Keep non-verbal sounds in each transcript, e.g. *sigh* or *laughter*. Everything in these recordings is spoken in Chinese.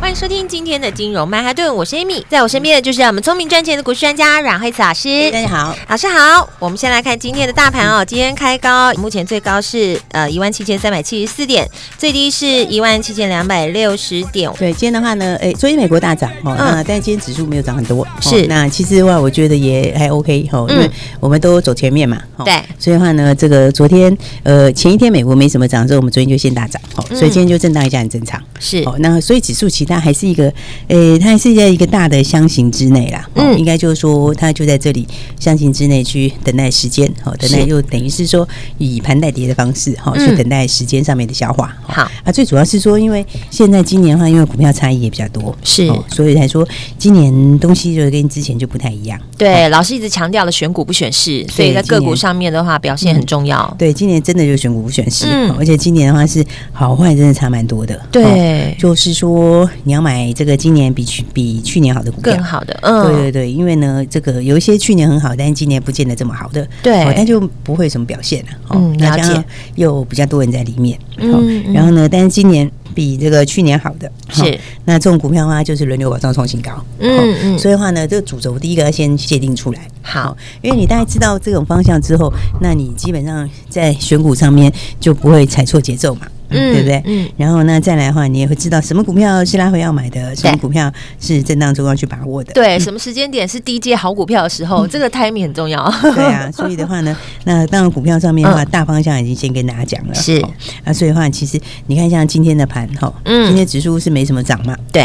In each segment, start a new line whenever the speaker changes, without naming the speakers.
欢迎收听今天的金融曼哈顿，我是 Amy，在我身边的就是我们聪明赚钱的股市专家阮惠慈老师。
大家好，
老师好，我们先来看今天的大盘哦。今天开高，目前最高是呃一万七千三百七十四点，最低是一万七千两百六十点。
对，今天的话呢，哎、昨天美国大涨哦，
嗯
那但今天指数没有涨很多，哦
是
那其实的话，我觉得也还 OK 哦，因为
嗯
我们都走前面嘛，哦
对，
所以的话呢，这个昨天呃前一天美国没什么涨之后，我们昨天就先大涨，哦，所以今天就震荡一下很正常，
嗯是
哦，那所以指数其实它还是一个，呃，它还是在一个大的箱型之内啦。哦、
嗯
应该就是说它就在这里箱型之内去等待时间，哦，等待
是
就等于是说以盘代跌的方式，哈、哦，
嗯
去等待时间上面的消化。哦
好
啊，最主要是说，因为现在今年的话，因为股票差异也比较多，哦
是
所以才说今年东西就跟之前就不太一样。
对，老师一直强调了选股不选市，所以在个
今
股
年
上面的话表现很重要。
对，今年真的就选股不选市、
嗯
哦而且今年的话是好坏真的差蛮多的。哦
对，
就是说，你要买这个今年比去比去年好的股票，
更好的，嗯，
对对对，因为呢，这个有一些去年很好，但是今年不见得这么好的，
对哎
哦但就不会有什么表现了、啊。
嗯
那
了
加上
解
又比较多人在里面，
嗯
哦
嗯
然后呢，但是今年比这个去年好的，哦
是
那这种股票的话，就是轮流往上创新高，
嗯
哦
嗯
所以的话呢，这个主轴第一个要先界定出来，
好
哦，因为你大概知道这种方向之后，那你基本上在选股上面就不会踩错节奏嘛。
嗯
对不对？
嗯
然后呢，再来的话，你也会知道什么股票是拉回要买的，什么
对
股票是震荡中要去把握的。
对，什么时间点是低阶好股票的时候，这个 timing 很重要。
*laughs* 对啊，所以的话呢，那当然股票上面的话，
嗯
大方向已经先跟大家讲了。
是
哦啊，所以的话，其实你看像今天的盘哈，
嗯
今天指数是没什么涨嘛，
*laughs* 对，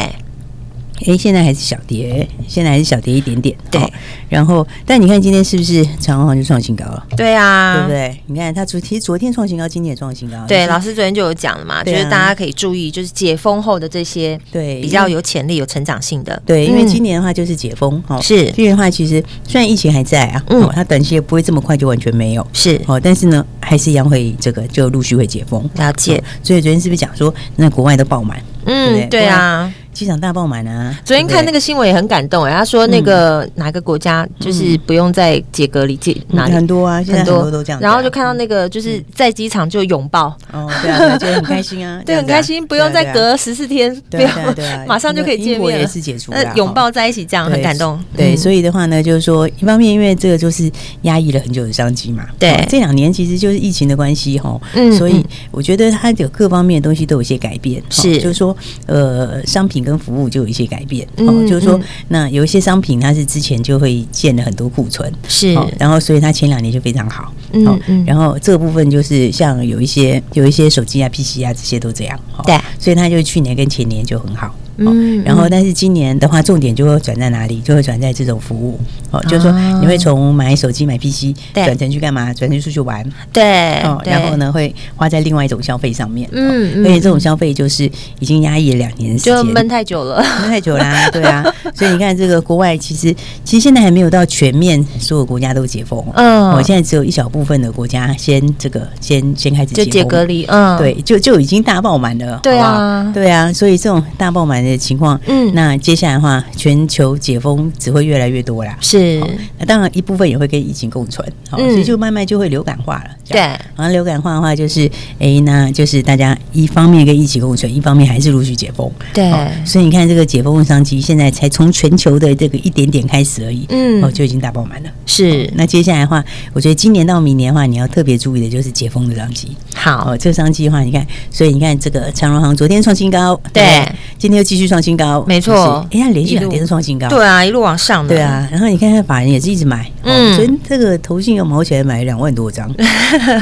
诶，现在还是小跌，现在还是小跌一点点。
对
哦然后但你看今天是不是长虹就创新高了？
对啊，
对不对？你看它昨其实昨天创新高，今天也创新高。
对，
就是
老师昨天就有讲了嘛，就
对啊
是大家可以注意，就是解封后的这些
对
比较有潜力、有成长性的。
对，因为
嗯
今年的话就是解封哦，
是
今年的话其实虽然疫情还在啊，
嗯
哦，它短期也不会这么快就完全没有
是
哦，但是呢，还是一样会这个就陆续会解封。
了解，
所以昨天是不是讲说，那国外都爆满，对
嗯，
不对
对啊。
机场大爆满啊？
昨天看那
个
个新闻也很感动哎，他说那
嗯
个哪个国家就是不用再解隔离，解哪里
很多啊，现在很多都这样子啊、嗯
然后就看到那个就是在机场就拥抱，
哦，对啊，对啊，就很开心啊，这
*laughs* 对，
样
很
子啊
开心，不用再。隔十四天，不
对啊
用
对啊对啊对
*laughs*
啊，
马上就可以见
英国
面
也
了，
是解除
那
了
拥。
哦
抱在一起这样很
对
感动，
对，
嗯
所以的话呢，就是说，一方面因为这个就是压抑了很久的商机嘛，
对
哦这两年其实就是疫情的关系哈，
嗯
所以
嗯
我觉得它有各方面的东西都有一些改变，哦
是
就是说，呃，商品跟服务就有一些改变，哦
嗯，
就是说
嗯，
那有一些商品它是之前就会建了很多库存，
是
哦，然后所以它前两年就非常好，
嗯
哦
嗯
然后这个部分就是像有一些有一些手机啊、PC 啊这些都这样，哦
对，
所以它就去年跟前年就很好。哦
嗯
然后
嗯
但是今年的话，重点就会转在哪里？就会转在这种服务哦，就是说
啊
你会从买手机、买 PC
对
转成去干嘛？转成出去玩
对
哦，，
对
然后？呢会花在另外一种消费上面。哦
嗯，嗯
而且这种消费就是已经压抑了两年的时间，
就闷太久了，
*laughs* 闷太久啦、对啊，所以你看这个国外其实其实现在还没有到全面所有国家都解封，
嗯
我、现在只有一小部分的国家先这个先先开始
就解
封
隔离，嗯，
对，就就已经大爆满了，
对啊
好不好对啊，所以这种大爆满的情况，
嗯
那接下来的话，全球解封只会越来越多啦。
是，
那当然一部分也会跟疫情共存，好、
嗯
所以就慢慢就会流感化了。这
对
样，，然后流感化的话，就是哎，那就是大家一方面跟疫情共存，一方面还是陆续解封。
对
好所以你看这个解封的商机，现在才从全球的这个一点点开始而已，
嗯
哦，就哦已经大爆满了。
是
那接下来的话，我觉得今年到明年的话，你要特别注意的就是解封的商机。
好，
哦，这个商机的话，你看，所以你看这个长荣行昨天创新高，
对
不今天又继续创新高，
没错
就是哎，它连续
一路
两天都创新高，
对啊，一路往上的，
对，啊，然后你看看法人也是一直买，哦
嗯
昨天这个投信有毛起来买了两万多张，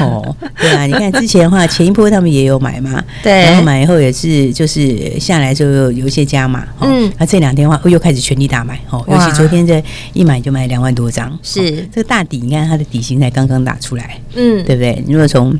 哦，对啊，你看之前的话，前一波他们也有买嘛，
对
然后买以后也是就是下来之后又有一些加码，哦、
嗯
那这两天的话又开始全力大买，哦，尤
哇
其昨天这一买就买两万多张，
是
哦这个大底，你看它的底型才刚刚打出来，
嗯，
对不对？如果从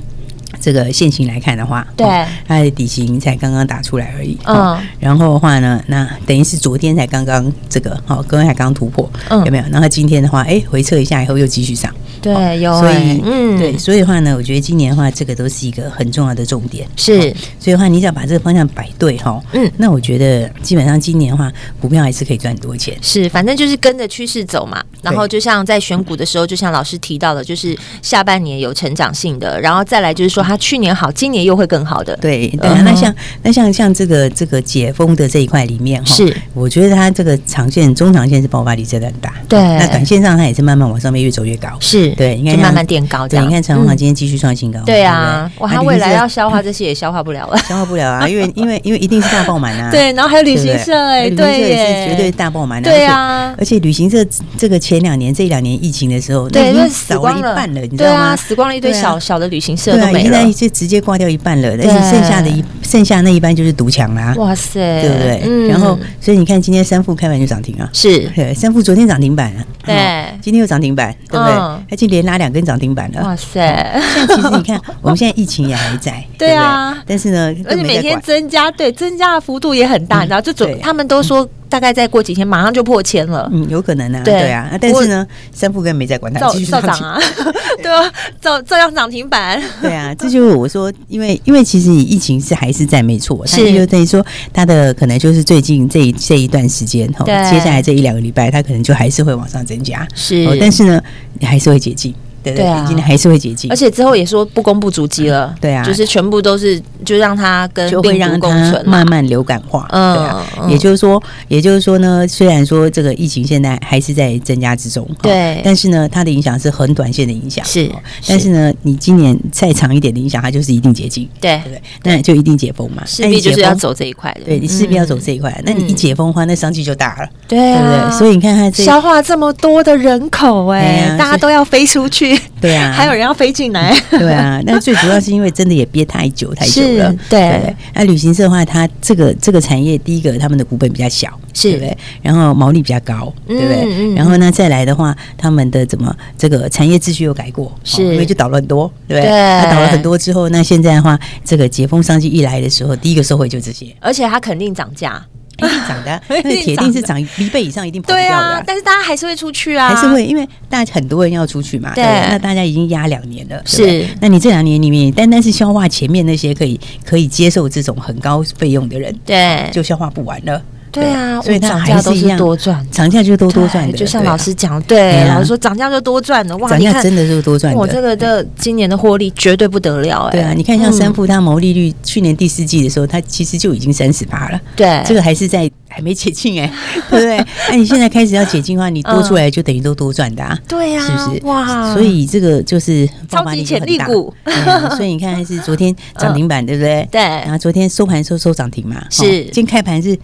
这个现行来看的话，
对
哦它的底型才刚刚打出来而已。
嗯
哦然后的话呢，那等于是昨天才刚刚这个，好、哦，刚刚才刚突破，
嗯
有没有？然后今天的话，哎，回撤一下以后又继续上，哦
对，有
所
欸
以，
嗯，
对，，所以的话呢，我觉得今年的话，这个都是一个很重要的重点。
是
所以的话，你只要把这个方向摆对哈，
嗯
那我觉得基本上今年的话，股票还是可以赚很多钱。
是，反正就是跟着趋势走嘛。然后就像在选股的时候，就像老师提到的，就是下半年有成长性的，然后再来就是说它去年好，今年又会更好的。
对，对啊、
嗯哼
那像那像像这个这个解封的这一块里面哈，
是
我觉得它这个长线、中长线是爆发力真的很大。
对
那短线上它也是慢慢往上面越走越高。
是，
对，你看
就慢
像
慢垫高这
对，
样。
你看长虹行
嗯
今天继续创新高，
对啊，
对不
哇，
对
它
那
未来要
一定是
消化这些也消化不了了。
消化不了 *laughs* 啊，因为因为因为一定是大爆满啊，
*laughs* 对，然后还有旅
对不对，
行社，哎，
旅行社
对
也
耶，
是绝对大爆满的，
对啊
而且而且旅行社这个前两年这一两年疫情的时候，那
对，
已
那
经
死
少
光
一半了，你知
对
道
啊，
吗？
死光了一堆
对啊
小小的旅行社
对
都
啊，
没
现
了
在。就直接挂掉一半了，而且
对
剩下的一剩下那一半就是独强啦，
哇塞，
对不对？
嗯
然后，所以你看今天三富开盘就涨停啊，
是
对，三富昨天涨停板啊，
对
哦今天又涨停板，对不对
嗯？
它就连拉两根涨停板了，
哇塞，
现在其实
*laughs*
你看，我们现在疫情也还在，
对啊
不对但是呢，
而且
更没
每
在
天
管。嗯
增加，对，增加的幅度也很大，你知道，就准
对
他们都说大概再过几天马上就破千了。
嗯，有可能啊，
对
对啊，啊但是呢，三富根本没在管它，
照
继续
照
上
涨
去。
啊， *laughs* 对啊，照照样涨停板，
*laughs* 对啊，这就是我说，因为因为其实你疫情是还是在没错，
是
但是就等于说它的可能就是最近这一这一段时间哈，
对
接下来这一两个礼拜，它可能就还是会往上增加，
是
哦但是呢，你还是会解禁，对不
对啊
今天还是会解禁，
而且之后也说不公布足迹了，
对啊
就是全部都是就让它跟
就会
病毒
让
共
它
存嘛，
慢慢流感化，
嗯
对啊。
嗯
也就是说，也就是说呢，虽然说这个疫情现在还是在增加之中，哦
对
但是呢，它的影响是很短线的影响，
是
哦但是呢，你今年再长一点的影响，它就是一定解禁，
对
对不，对？那就一定解封嘛，
势
那
必
你
就
解
是要
封。
走这一块的，
对你势必要走
嗯
这一块，那你一解封的话，那商机就大了，
对
对不
啊，
对？所以你看它这，
消化这么多的人口、
对
哎、
啊
大家
所以
都要飞出去，
对
*laughs*
啊，
还有人要飞进来，
*laughs* 对啊，那最主要是因为真的也憋太久太久了
是。对
不那旅行社的话，它这个这个产业，第一个他们的股本比较小，
是
对不对？然后毛利比较高，
嗯
对不
嗯
对？然后呢，再来的话，他们的怎么这个产业秩序又改过，
是
哦因为就倒了很多，对不对？
对
它倒了很多之后，那现在的话，这个解封商机一来的时候，第一个受惠就这些，
而且它肯定涨价，
一定涨的啊，
*laughs* 一定
那个铁定是
涨
涨一倍以上，一定跑不
对
掉的
啊
啊。，
但是大家还是会出去啊，
还是会，因为大家很多人要出去嘛，
对
对不对，那大家已经压两年了，对不对
是
那你这两年里面，单单是消化前面那些可以可以接受这种很高费用的人，
对，
就消化不完了。
对啊，
所以
我
他
涨
还
价都
是一
是
样，
多赚。
涨价就多多赚的，
对就像
对啊
老师讲，对，
对啊
老师说涨价就多赚的，哇！
涨
你
价
看，
真的是多赚
我这个
的。
的今年的获利绝对不得了，哎，
对啊，你看像三
嗯，
富，它毛利率去年第四季的时候，它其实就已经三十八了，
对，
这个还是在还没解禁哎、对不对？那、你现在开始要解禁的话，你多出来就等于都多赚的啊。
对呀，
是不是？
哇，
所以这个就是爆
超
发
级
力
潜力
就很大 *laughs*
股，
对啊所以你看是昨天涨停板，对不对？
对
然后昨天收盘收收涨停嘛，
是
哦今天开盘是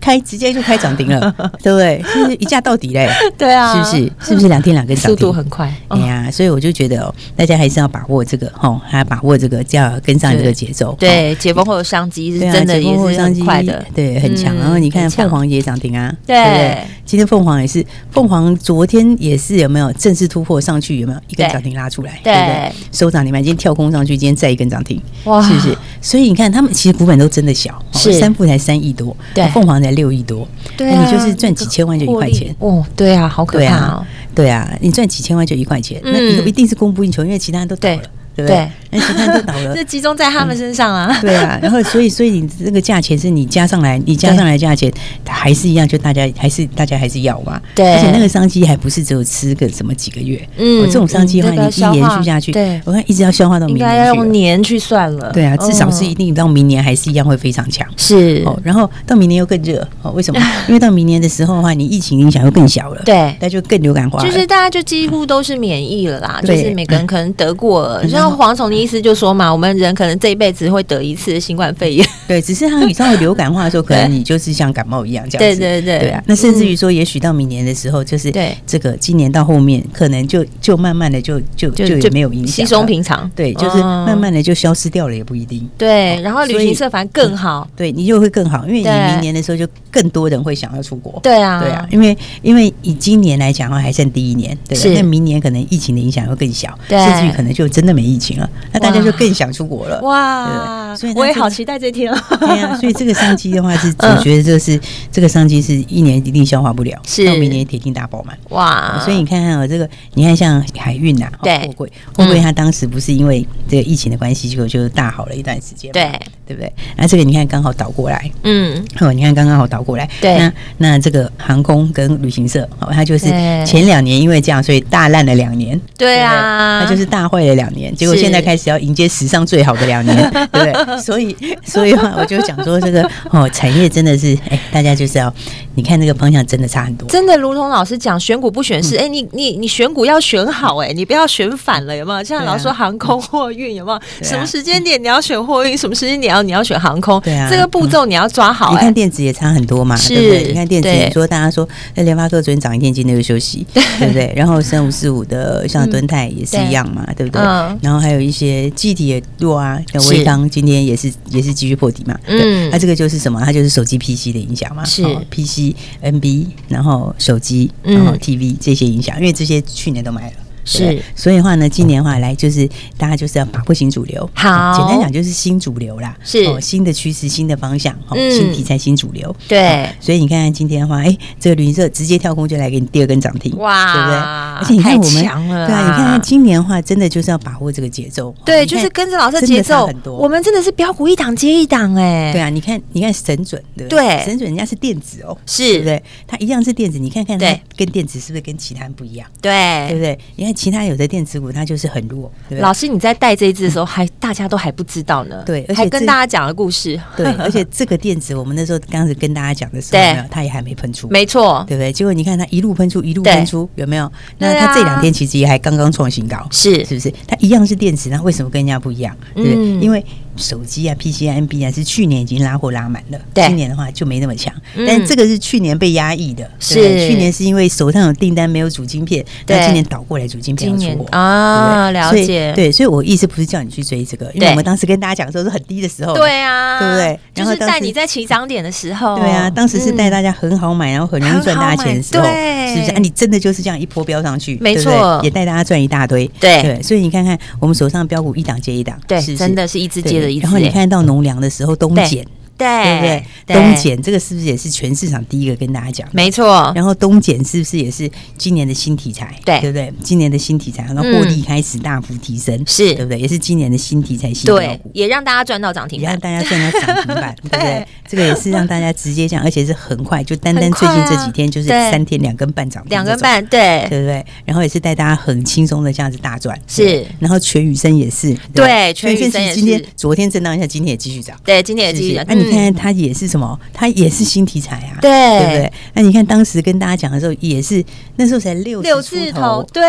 开直接就开涨停
*laughs*
了，对不对？是不是一价到底嘞，
对啊，
是不是？是不是两天两根涨
速
停？
度很哦快？
哎呀，所以我就觉得哦，大家还是要把握这个哈，还要把握这个，就要跟上这个节奏。哦。
对，解封后的商机是
对啊
真的
解
也
封后
是
商
很
机
快的，
对，很强。
嗯
然后你看
很强
凤凰也涨停啊，
对
不对？今天凤凰也是，凤凰昨天也是有没有正式突破上去？有没有一根
对
涨停拉出来？
对
不对？收涨停板，今天跳空上去，今天再一根涨停，
哇
是不是？所以你看，他们其实股本都真的小，哦
是
三富才三亿多，
对
凤凰才六亿多，
对
那
啊，
哎你就是赚几千万就一块钱。
获利哦，对啊，好可
对
怕哦
啊，，对啊，你赚几千万就一块钱，那
嗯
以后一定是供不应求，因为其他人都倒了，对不
对
对？啊那其他人都倒
*laughs*
了
这。集中在他们身上啊，
*laughs* 对啊，然后所以所以你这个价钱是你加上来，你加上来价钱它还是一样，就大家还是大家还是要嘛。
对
而且那个商机还不是只有吃个什么几个月，
嗯
哦这种商机的
嗯
话，
那个
你
消
一
化
延续下去，
对
我看一直要消化到
应
明
该要
啊年
用
去了。
年去算了，
对啊，至少是
嗯
一定到明年还是一样会非常强。
是
哦，然后到明年又更热哦，为
*laughs*
什么？因为到明年的时候的话，你疫情影响又更小了，
对
那就更流感化了。
就是大家就几乎都是免疫了啦，就
对
是每个人可能得过了。
嗯
然后黄总的意思就说嘛，我们人可能这一辈子会得一次新冠肺炎，
对，只是它你稍微流感化的时候，可能你就是像感冒一样这样子。
对对对嗯
对啊。那甚至于说，也许到明年的时候，就是
对
这个今年到后面，可能就就慢慢的就就 *laughs* 就也没有影响
稀
了，
松平常。
对，就是
嗯
慢慢的就消失掉了，也不一定。
对，然后旅
所
行
以嗯
社反而更好，
对你就会更好，因为你
对
明年的时候就更多人会想要出国。
对啊，
对啊，，因为因为以今年来讲的话，还剩第一年，对
是
啊，那明年可能疫情的影响会更小，
对
甚至于可能就真的没疫情了，那大家
哇
就更想出国了。
哇
对所以，那
我也
这
好
个
期待这天哦。
对呀、所以这个商机的话是，
嗯
我觉得这是这个商机是一年一定消化不了，
是
到明年铁定大爆满。
*laughs* 哇，
所以你看看哦，这个你看像海运呐、哦
对嗯
货柜，货柜它当时不是因为这个疫情的关系，结果就大好了一段时间嘛，
对，
对不对？那这个你看刚好倒过来，
嗯，
哦，你看刚刚好倒过来，
对
那那这个航空跟旅行社，哦，它就是
对
前两年因为这样，所以大烂了两年，
对
对
啊，
它就是大坏了两年，结果
是
现在开始要迎接史上最好的
*laughs*
两年，对不对？所以，所以啊话我就讲说，这个哦，产业真的是，哎，大家就是要，你看这个方向真的差很多。
真的，如同老师讲，选股不选
嗯
市，哎、你你你选股要选好、哎，你不要选反了，有没有？像
对啊
老师说航空货运有没有？
对啊
什么时间点你要选货运，什么时间点要你要选航空？
对啊嗯
这个步骤你要抓好、
你
哎、
看电子也差很多嘛，
是
对不对？你看电子，
对
你说大家说，那联发科昨天涨一天，今天就休息，对
*laughs*
不对？然后三五四五的像敦泰也是
对
一样嘛，对不对
嗯？
然后还有一些机体也弱啊，像
是
微刚今天也是也是继续破底嘛，
嗯
对。啊它这个就是什么？它就是手机 PC 的影响嘛，哦
是
PC、NB，然后手机，
嗯
然后 TV 这些影响，因为这些去年都买了。
是
对不对，所以的话呢，今年的话来就是大家就是要把握新主流。哦
好
简单讲就是新主流啦，
是
哦、新的趋势、新的方向、哦
嗯
新题材、新主流。
对
所以你看看今天的话，哎、这个旅行社直接跳空就来给你第二根涨停，
哇
对不对？而且你看我们，
太强了啊
对啊，你看看今年的话，真的就是要把握这个节奏，哦
对，
你看
就是跟着老师的
真
节
的差
奏
很，多
我们真的是标股一档接一档、哎，
对
啊，
啊，你看，你看神准，对不对？
对
神准人家是电子哦，对不
是，
对？它一样是电子，你看看它
对
跟电子是不是跟其他不一样，对
对
不。对？你看其他有的电子股它就是很弱，对不对？
老师，你在带这一支的时候，还大家都还不知道呢，
对而且
还跟
这
大家讲了故事，
对，而且这个电子，我们那时候刚才跟大家讲的时候，
对
有没有它也还没喷出，
*laughs* 没错，
对不对？结果你看它一路喷出，一路
对
喷出，有没有？
对
那
啊
它这两天其实也还刚刚创新高，
是
是不是？它一样是电池，那为什么跟人家不一样？对不对？
嗯
因为手机啊、PC 啊、NB 啊是去年已经拉货拉满了，
对
今年的话就没那么强。
嗯
但这个是去年被压抑的，
是
对不对去年是因为手上有订单没有主晶片，
对
但今年倒过来主晶片
今
要
年
出货。
啊，
对
了
所以
解，
对，所以我意思不是叫你去追这个，因为
对
我们当时跟大家讲说是很低的时候，
对啊，
哦对不对
就
然后
是
当
在
时
你在起涨点的时候，
对啊，当时是
嗯
带大家很好买，然后很容易赚大钱的时候，
很好买对
是不是？啊，你真的就是这样一波飙上去，
没
对不对
错
也带大家赚一大堆，
对
所以你看看我们手上标股一档接一档，
对
是不，是
真的是一只
对
接着一只，
然后你
哎，
看到农粮的时候，东
对
碱，对不
对
对？东，碱这个是不是也是全市场第一个跟大家讲的？
没错，
然后东碱是不是也是今年的新题材？
对嗯
对不对？今年的新题材，然后获利开始大幅提升，
是
对不对？也是今年的新题材新标
对
股，。
也让大家赚到涨停
也让
板，
大家赚到涨停
*laughs*
板，对不对？这个也是让大家直接讲，而且是很快，就单单
很快
最
啊
近这几天就是
对
三天两根半涨停，
两根，半，对
对不对？然后也是带大家很轻松的这样子大赚，
是
对。然后全宇生也是，
对
不
全宇生
其实
也是
今天昨天震荡一下，今天也继续涨。
对，今天也
是不
继续
是
涨，
那你看
嗯
看它也是什么？它也是新题材啊，对不
对
对？那你看当时跟大家讲的时候，也是那时候才六
六
字
字
出
头，
对，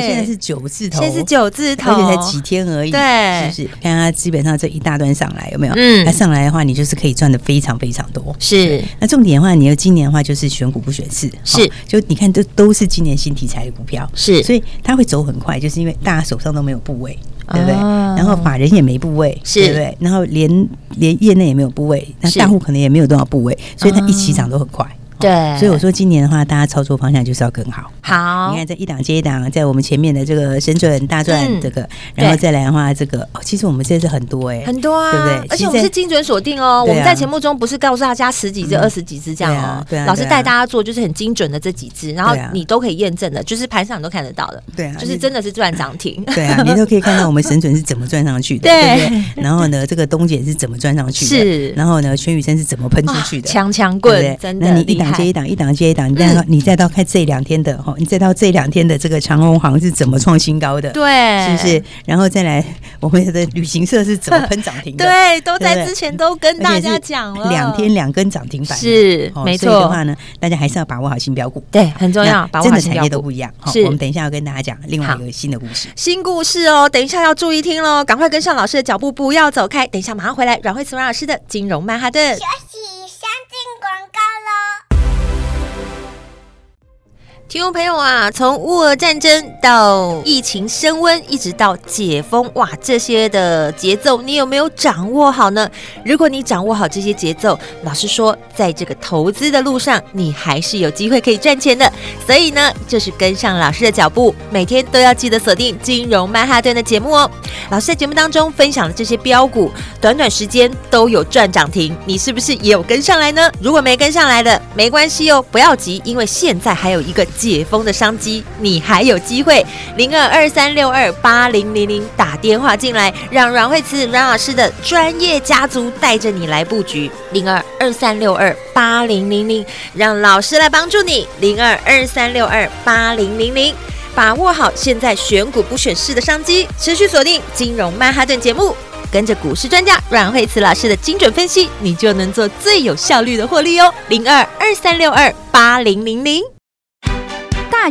现在
对，
是九字头，
现在是九字头，
而且才几天而已，
对
是不是？看它基本上这一大段上来有没有？
嗯
它上来的话，你就是可以赚的非常非常多。
是
那重点的话，你要今年的话就是选股不选市，
是
哦就你看都都是今年新题材的股票，
是
所以它会走很快，就是因为大家手上都没有部位，对不对？
哦
然后法人也没部位，
是
对不对？然后连连业内也没有部位，那
是啊
大户可能也没有多少部位，所以它一起涨都很快。
对，
所以我说，今年的话，大家操作方向就是要更好。
好
你看，这一档接一档，在我们前面的这个深圳大
嗯
赚这个，然后
对
再来的话，这个、哦、其实我们这次很多哎、
很多啊，
对不对
而且
其实
我们
在
是精准锁定哦，
对啊
我们在节目中不是告诉大家十几只、二十几只这样哦，
对啊对啊
老师
对啊
带大家做就是很精准的这几只，然后
对啊
你都可以验证的，就是盘上你都看得到的，
对啊
就是真的是赚涨
*laughs*
停，
*laughs* 对啊，你都可以看到我们神准是怎么赚上去的，
对
对不对？然后呢，这个东姐是怎么赚上去的？
是
然后呢，全宇生是怎么喷出去的？
强强
对不
棍，真的
那你一
厉
档
害嗯
接一档，一档接一档，你再到、你再到看这两天的哈，哦你再到这两天的这个长虹行是怎么创新高的？，
对，
是不是？然后再来我们的旅行社是怎么喷涨停的？
对，都
对
在
不对
之前都跟大
而且
家
是
讲了，
两天两根涨停板，哦
是没
所以的
错
话，呢，大家还是要把握好新标股。
对，很重要，
那
把握
真
好
的
新
产
标
业都
股
不。一样。好
是，
我们等一下要跟大家讲另外
好
一个新的故事。
新故事哦，等一下要注意听喽，赶快跟上老师的脚步，不要走开。等一下马上回来，阮慧慈阮老师的金融曼哈顿。
休息，先进广告喽。
听众朋友啊，从乌俄战争到疫情升温，一直到解封，哇，这些的节奏你有没有掌握好呢？如果你掌握好这些节奏，老实说，在这个投资的路上，你还是有机会可以赚钱的。所以呢，就是跟上老师的脚步，每天都要记得锁定《金融曼哈顿》的节目哦。老师在节目当中分享的这些标股，短短时间都有赚涨停，你是不是也有跟上来呢？如果没跟上来的，没关系哦，不要急，因为现在还有一个。解封的商机，你还有机会。零二二三六二八零零零打电话进来，让阮慧慈阮老师的专业家族带着你来布局。零二二三六二八零零零，让老师来帮助你。零二二三六二八零零零，把握好现在选股不选市的商机，持续锁定金融曼哈顿节目。跟着股市专家阮慧慈老师的精准分析，你就能做最有效率的获利哦。零二二三六二八零零零。
大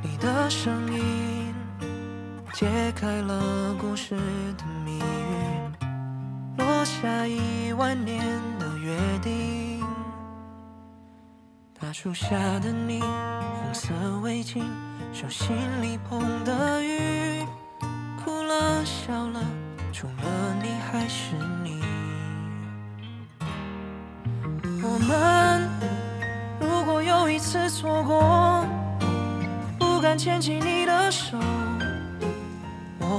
你的声音解开了故事的谜语，落下一万年的约定。大树下的你，红色围巾，手心里捧的雨，哭了笑了，除了你还是你。我们如果有一次错过。不敢牵起你的手，我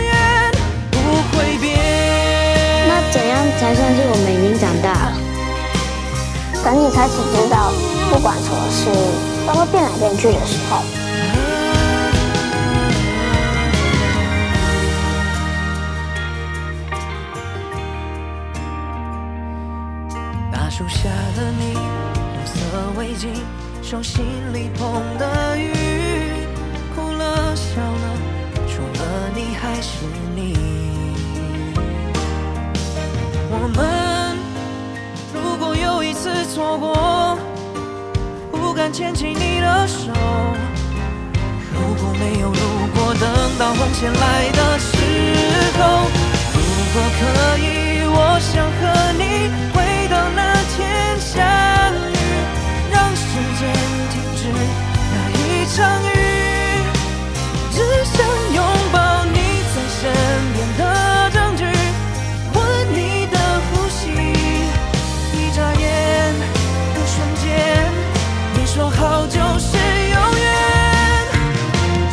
远不会变。
那怎样才算是我们已经长大？
等你开始知道，不管什么事都会变来变去的时候。
大树下的你，红色围巾，手心里捧的雨。哭了笑了，除了你还是你。我们如果有一次错过，不敢牵起你的手。如果没有如果，等到红线来的时候，如果可以，我想和你回到那天相遇，让时间停止那一场雨。只想拥抱你在身边的证据，闻你的呼吸，一眨眼，一瞬间，你说好就是永远。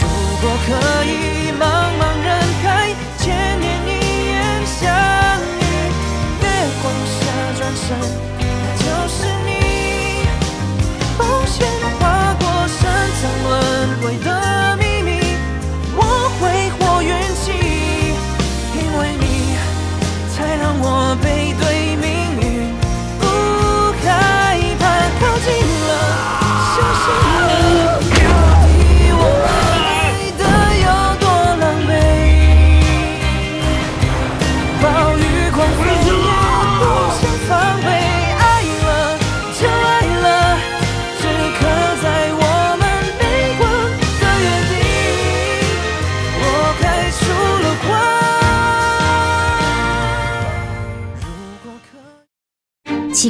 如果可以，茫茫人海，千年一眼相遇，月光下转身，那就是你。红线划过深藏轮回的秘密。我挥霍运气，因为你才让我背对命运，不害怕靠近了，相信了，到底我爱的有多狼狈，暴雨狂风也不想防备，爱了就爱了，只刻在我们灵魂的约定。我开出了花。如果可以。
奇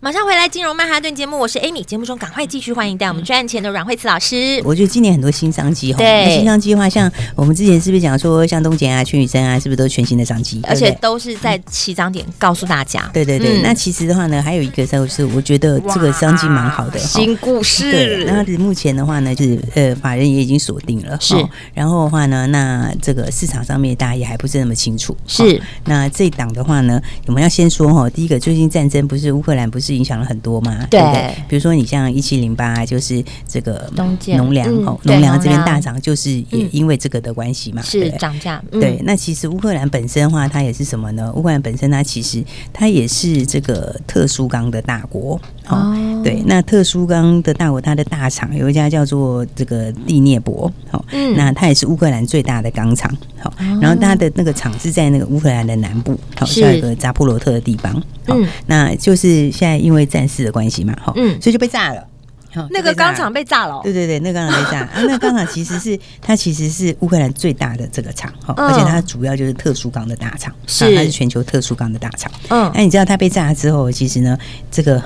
马上回来，金融曼哈顿节目，我是 Amy。节目中赶快继续欢迎带我们赚钱的阮慧慈老师。
我觉得今年很多新商机哈，
对
那新商机的话，像我们之前是不是讲说，像东简啊、全宇生啊，是不是都是全新的商机？
而
对
且
不对
都是在起涨点告诉大家，
对对对，
嗯
那其实的话呢，还有一个就是，我觉得这个商机蛮好的哈。
新故
对，
事
那是目前的话呢，就是呃，法人也已经锁定了，
是
哦然后的话呢，那这个市场上面大家也还不是那么清楚。哦
是
那这一档的话呢，我们要先说哈，第一个最近战争不是乌克兰不是影响了很多嘛？
对
不对？比如说你像一七零八，就是这个
东建
农粮
嗯
哦，
对
农粮
农
这边
粮
大涨，就是也
嗯
因为这个的关系嘛。对
是
不对
涨价，嗯
对，那其实乌克兰本身的话，它也是什么呢？乌克兰本身它其实它也是这个特殊钢的大国哦。
哦
对，那特殊钢的大国，它的大厂有一家叫做这个第聂伯，好、哦，
嗯哦
那它也是乌克兰最大的钢厂，好、然后它的那个厂是在那个乌克兰的南部，哦好、
是
叫一个扎波罗特的地方，好、
嗯
那就是现在因为战事的关系嘛，好、
嗯
所以就被炸了，好
那
就
个
被炸
钢
了
厂被炸了哦，
对对对，那个钢厂被炸啊，那个钢厂其实是它其实是乌克兰最大的这个厂哈，
嗯
而且它主要就是特殊钢的大厂，
是
啊它是全球特殊钢的大厂。
嗯
那你知道它被炸了之后，其实呢，这个。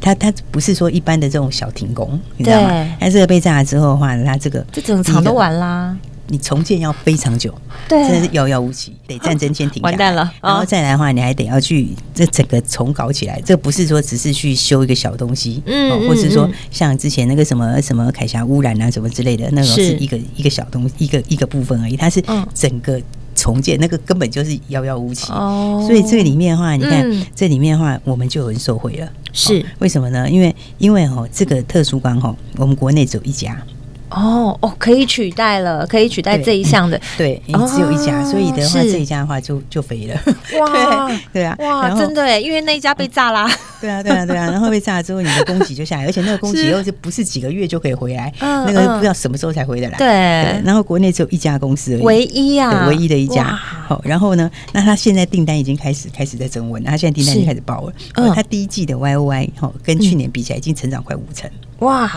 它它不是说一般的这种小停工，你知道吗
对？
它这个被炸了之后的话，它这个
这整个厂都
第一个
完啦，
你重建要非常久，
对
真的是遥遥无期，得战争先停下来
完蛋了
然后
哦
再来的话，你还得要去这整个重搞起来，这不是说只是去修一个小东西，哦
嗯嗯
或是说
嗯
像之前那个什么什么凯霞污染啊什么之类的，那种
是
是一个一个小东一个一个部分而已，它是
嗯
整个重建，那个根本就是遥遥无期。
哦
所以这里面的话，你看、
嗯
这里面的话，我们就有人受惠了。哦
是
为什么呢？因为因为哦，这个特殊光哦，我们国内只有一家，
哦哦，可以取代了，可以取代
对
这一项的，
对，因为只有一家，
哦
所以的话
是
这一家的话就就
*laughs*
肥了。
哇
对 *laughs* 对啊，
哇，
然后
真的哎，因为那一家被炸啦，
对啊，对
*laughs*
啊，对啊，然后被炸了之后，你的供给就下来，而且那个供
是
给又是不是几个月就可以回来？
嗯
那个
嗯
不知道什么时候才回得来。
对，
然后国内只有一家公司而已，
唯一啊，
对唯一的一家。
哇
好，然后呢，那他现在订单已经开始开始在增温，他现在订单已
是
经开始爆了。
嗯
哦他第一季的 Y O Y 哦，跟去年比起来已经成长快五成，
哇，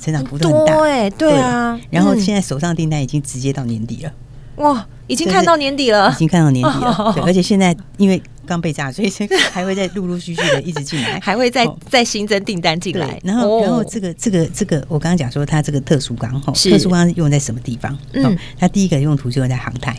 成长幅度
多
很大。
哎，对啊，
然后
嗯
现在手上订单已经直接到年底了。
哇，已经
就是
看到年底了
已，经看到年底
*laughs*
了，对，
哦
而且现在因为刚被炸，所以这个还会再陆陆续续的一直进来，
*laughs* 还会再
哦
再新增订单进来
对，，然后，
哦
然后这个这个这个，我刚刚讲说它这个特殊钢吼，
是
特殊钢用在什么地方？
嗯
哦，它第一个用途就用在航太。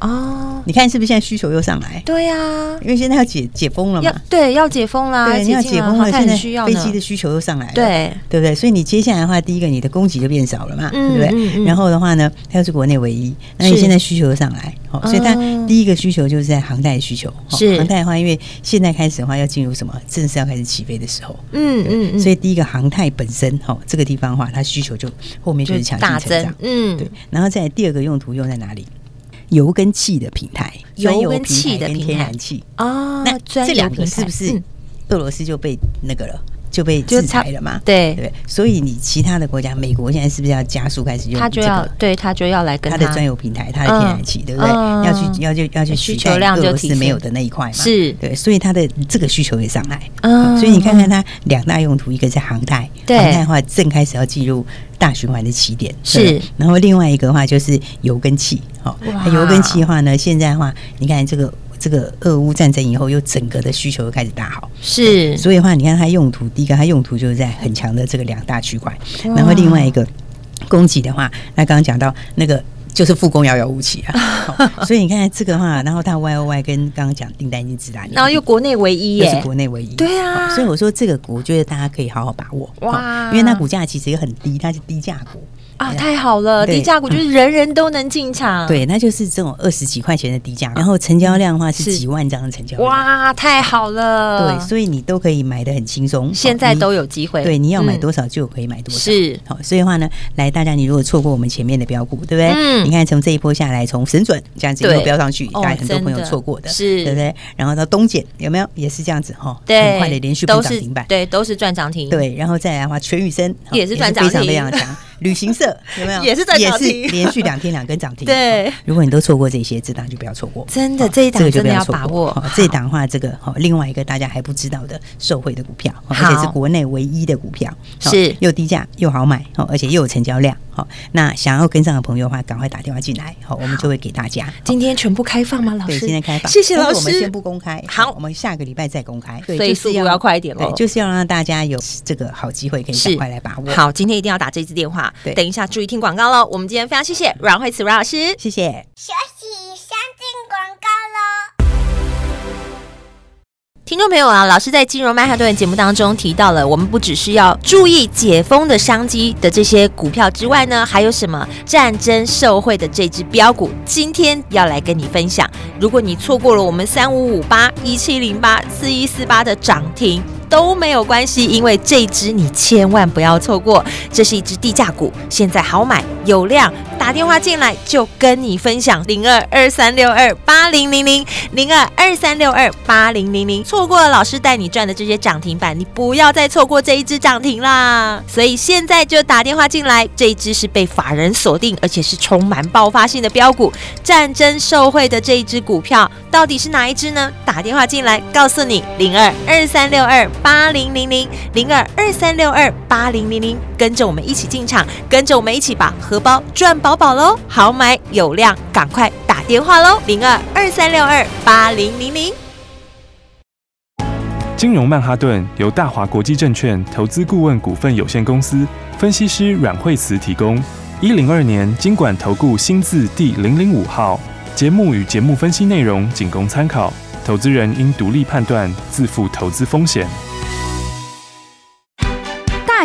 哦，
你看是不是现在需求又上来？
对啊，
因为现在要解解封了
要
嘛，
对要解封啦，
对，你要
禁
解
啊
封
航
了，
太
现
很
在
需要
飞
呢
机的，需求又上来了，
对
对不对？所以你接下来的话，第一个你的供给就变少了嘛，
嗯
对不对？
嗯嗯
然后的话呢，它又是国内唯一，那你
是
现在需求又上来，哦，所以它
哦
第一个需求就是在航太的需求。哦
是
航太的话，因为现在开始的话要进入什么正式要开始起飞的时候，
嗯嗯嗯，
所以第一个航太本身哈、哦，这个地方的话，它需求就后面就是强
大
劲成
增
长，，
嗯
对，。然后再来第二个用途用在哪里？油跟气的平台，
油
专
跟气的
平台
平
跟天
台
然气。
哦，
那
专
这
有
两
平
个
台
是不是
嗯
俄罗斯就被那个了？就被
就
制裁了嘛。对不
对，
对，所以你其他的国家，美国现在是不是要加速开始用
他就
这个
要对他就要来跟
它的专有平台，它的天然气，对不对？
嗯
要去要去要去
需
取
求
代
量
俄
就
罗
提
斯没有
升
的那一块嘛，
是
对，所以它的这个需求也上来。
嗯
所以你看看它两大用途，一个是航太，
对
航太的话正开始要进入大循环的起点，
是
对然后另外一个的话就是油跟气，哦，
哇
那油跟气的话呢，现在的话，你看这个这个俄乌战争以后，又整个的需求又开始大好，
是
所以的话，你看它用途，第一个它用途就是在很强的这个两大区块，然后另外一个供给的话，那刚刚讲到那个。就是复工遥遥无期啊、好所以你看这个的话，然后它 Y O Y 跟刚刚讲订单已经
*laughs*
直达年底，
然后又国内唯一
又是
耶，
国内唯一，
对啊
好所以我说这个股，我觉得大家可以好好把握
哇
哇，因为它股价其实也很低，它是低价股，
啊，太好了！
哎对嗯
低价股就是人人都能进场，，
对，那就是这种二十几块钱的低价，然后成交量的话是
嗯是
几万张的成交量，
哇，太好了，
对，所以你都可以买的很轻松，
现在
好
都。有机会，
你对，你要买
嗯
多少就可以买多少。
是
好，所以的话呢，来大家，你如果错过我们前面的标股，对不对？
嗯
你看从这一波下来，从神准这样子一
对
路飙上去，
哦
大家很多朋友
真的
错过的，
是
对不对？然后到东碱有没有也是这样子哈，哦
对，
很快的连续
都
不涨
是
停板，
对，都是赚涨停，，
对，然后再来的话，全宇生哦
也是赚
非
涨
常
停
非常强。旅行社有没
*laughs*
有
也是赚涨停
也是连续两天两根涨
*laughs*
停。
对
哦如果你都错过这些，这档就不要错过。
真的
哦
这一档
个就
真的
不
要
错
把
过
握
哦这一档的话，这个好，哦另外一个大家还不知道的受惠的股票，哦而且是
好
国内唯一的股票，哦
是
又低价又好买，哦而且又有成交量。好，那想要跟上的朋友的话，赶快打电话进来，好，我们就会给大家。哦
今天全部开放吗？老
对，
师，
今天开放，
谢谢
但是
老
我们
师
先。不公开，
好
我们下个礼拜再公开，对
所以
就是
速度要快一点哦
对
喽，。
就是要让大家有这个好机会，可以
是
赶快来把握。，
好，今天一定要打这支电话
对。
等一下注意听广告喽。我们今天非常谢谢阮慧慈阮老师。
谢谢。
听众朋友啊，老师在金融曼哈顿节目当中提到了，我们不只是要注意解封的商机的这些股票之外呢，还有什么战争受惠的这只标股，今天要来跟你分享。如果你错过了我们三五五八、一七零八、四一四八的涨停。都没有关系，因为这只你千万不要错过，这是一只低价股，现在好买有量，打电话进来就跟你分享零二二三六二八零零零零二二三六二八零零零，错过了老师带你赚的这些涨停板，你不要再错过这一只涨停啦！所以现在就打电话进来，这一只是被法人锁定，而且是充满爆发性的标股，战争受惠的这一只股票到底是哪一只呢？打电话进来告诉你，零二二三六二八零零零零二二三六二八零零零，跟着我们一起进场，跟着我们一起把荷包赚饱饱喽！好买有量，赶快打电话喽，零二二三六二八零零零。
金融曼哈顿由大华国际证券投资顾问股份有限公司分析师阮惠慈提供。一零二年经管投顾新字第零零五号。节目与节目分析内容仅供参考，投资人应独立判断，自负投资风险。
大